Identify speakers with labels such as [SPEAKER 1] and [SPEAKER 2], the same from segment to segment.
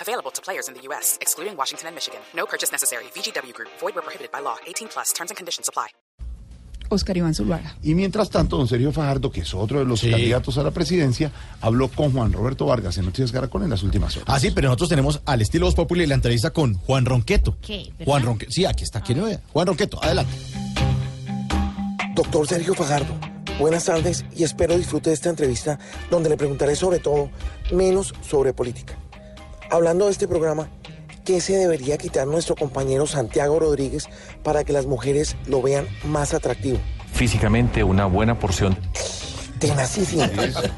[SPEAKER 1] Available to players in the U.S., excluding Washington and Michigan. No purchase necessary. VGW Group, void were prohibited by law. 18 plus terms and conditions apply.
[SPEAKER 2] Oscar Iván Zuluaga.
[SPEAKER 3] Y mientras tanto, don Sergio Fajardo, que es otro de los candidatos a la presidencia, habló con Juan Roberto Vargas en Noticias Caracol en las últimas horas.
[SPEAKER 4] Ah, sí, pero nosotros tenemos al estilo Voz Populi la entrevista con Juan Ronqueto.
[SPEAKER 5] ¿Qué, verdad?
[SPEAKER 4] Juan Ronqueto. Sí, aquí está. ¿Quién lo vea? Juan Ronqueto, adelante.
[SPEAKER 6] Doctor Sergio Fajardo, buenas tardes y espero disfrute de esta entrevista donde le preguntaré sobre todo, menos sobre política. Hablando de este programa, ¿qué se debería quitar nuestro compañero Santiago Rodríguez para que las mujeres lo vean más atractivo?
[SPEAKER 7] físicamente una buena porción.
[SPEAKER 6] Tenacísimo.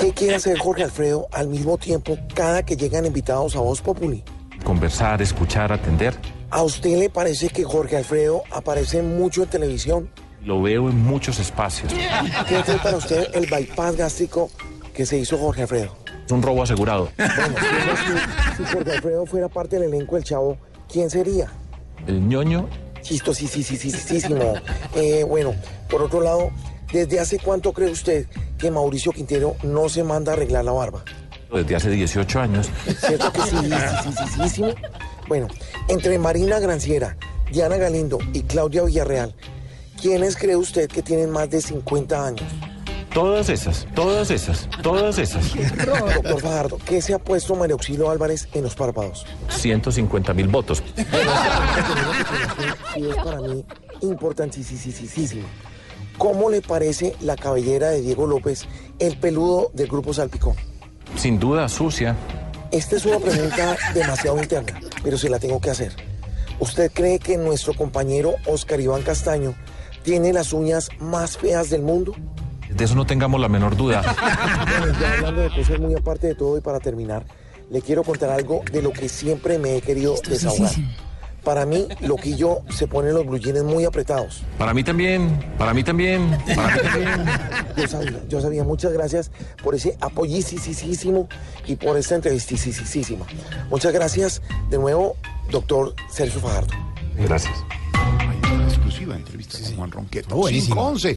[SPEAKER 6] ¿Qué quiere hacer Jorge Alfredo al mismo tiempo cada que llegan invitados a Voz Populi?
[SPEAKER 7] Conversar, escuchar, atender.
[SPEAKER 6] ¿A usted le parece que Jorge Alfredo aparece mucho en televisión?
[SPEAKER 7] Lo veo en muchos espacios.
[SPEAKER 6] ¿Qué fue para usted el bypass gástrico que se hizo Jorge Alfredo?
[SPEAKER 7] Es un robo asegurado.
[SPEAKER 6] Bueno, si, si Jorge Alfredo fuera parte del elenco del Chavo, ¿quién sería?
[SPEAKER 7] El ñoño,
[SPEAKER 6] Chisto, sí, sí, sí, sí, sí, sí, no. Eh, bueno, por otro lado, ¿desde hace cuánto cree usted que Mauricio Quintero no se manda a arreglar la barba?
[SPEAKER 7] desde hace 18 años,
[SPEAKER 6] ¿Cierto que sí, sí, sí, sí, sí, sí, no? Bueno, entre Marina Granciera, Diana Galindo y Claudia Villarreal, ¿quiénes cree usted que tienen más de 50 años?
[SPEAKER 7] todas esas, todas esas, todas esas.
[SPEAKER 6] Doctor Fajardo, ¿qué se ha puesto María Auxilio Álvarez en los párpados?
[SPEAKER 7] 150 mil votos.
[SPEAKER 6] Y es para mí importantísimo. ¿Cómo le parece la cabellera de Diego López, el peludo del Grupo Salpicón?
[SPEAKER 7] Sin duda sucia.
[SPEAKER 6] Esta es una pregunta demasiado interna, pero se la tengo que hacer. ¿Usted cree que nuestro compañero Oscar Iván Castaño tiene las uñas más feas del mundo?
[SPEAKER 7] De eso no tengamos la menor duda.
[SPEAKER 6] Bueno, ya hablando de cosas muy aparte de todo y para terminar, le quiero contar algo de lo que siempre me he querido desahogar. Para mí, Loquillo se pone los blue jeans muy apretados.
[SPEAKER 7] Para mí también, para mí también, para mí también.
[SPEAKER 6] Yo sabía, yo sabía. Muchas gracias por ese apoyisísimo y por esta entrevistisísima. Muchas gracias de nuevo, doctor Sergio Fajardo.
[SPEAKER 7] Gracias.
[SPEAKER 3] Hay una exclusiva entrevista con Juan Ronqueto.
[SPEAKER 4] Buenísimo.
[SPEAKER 3] 5-11.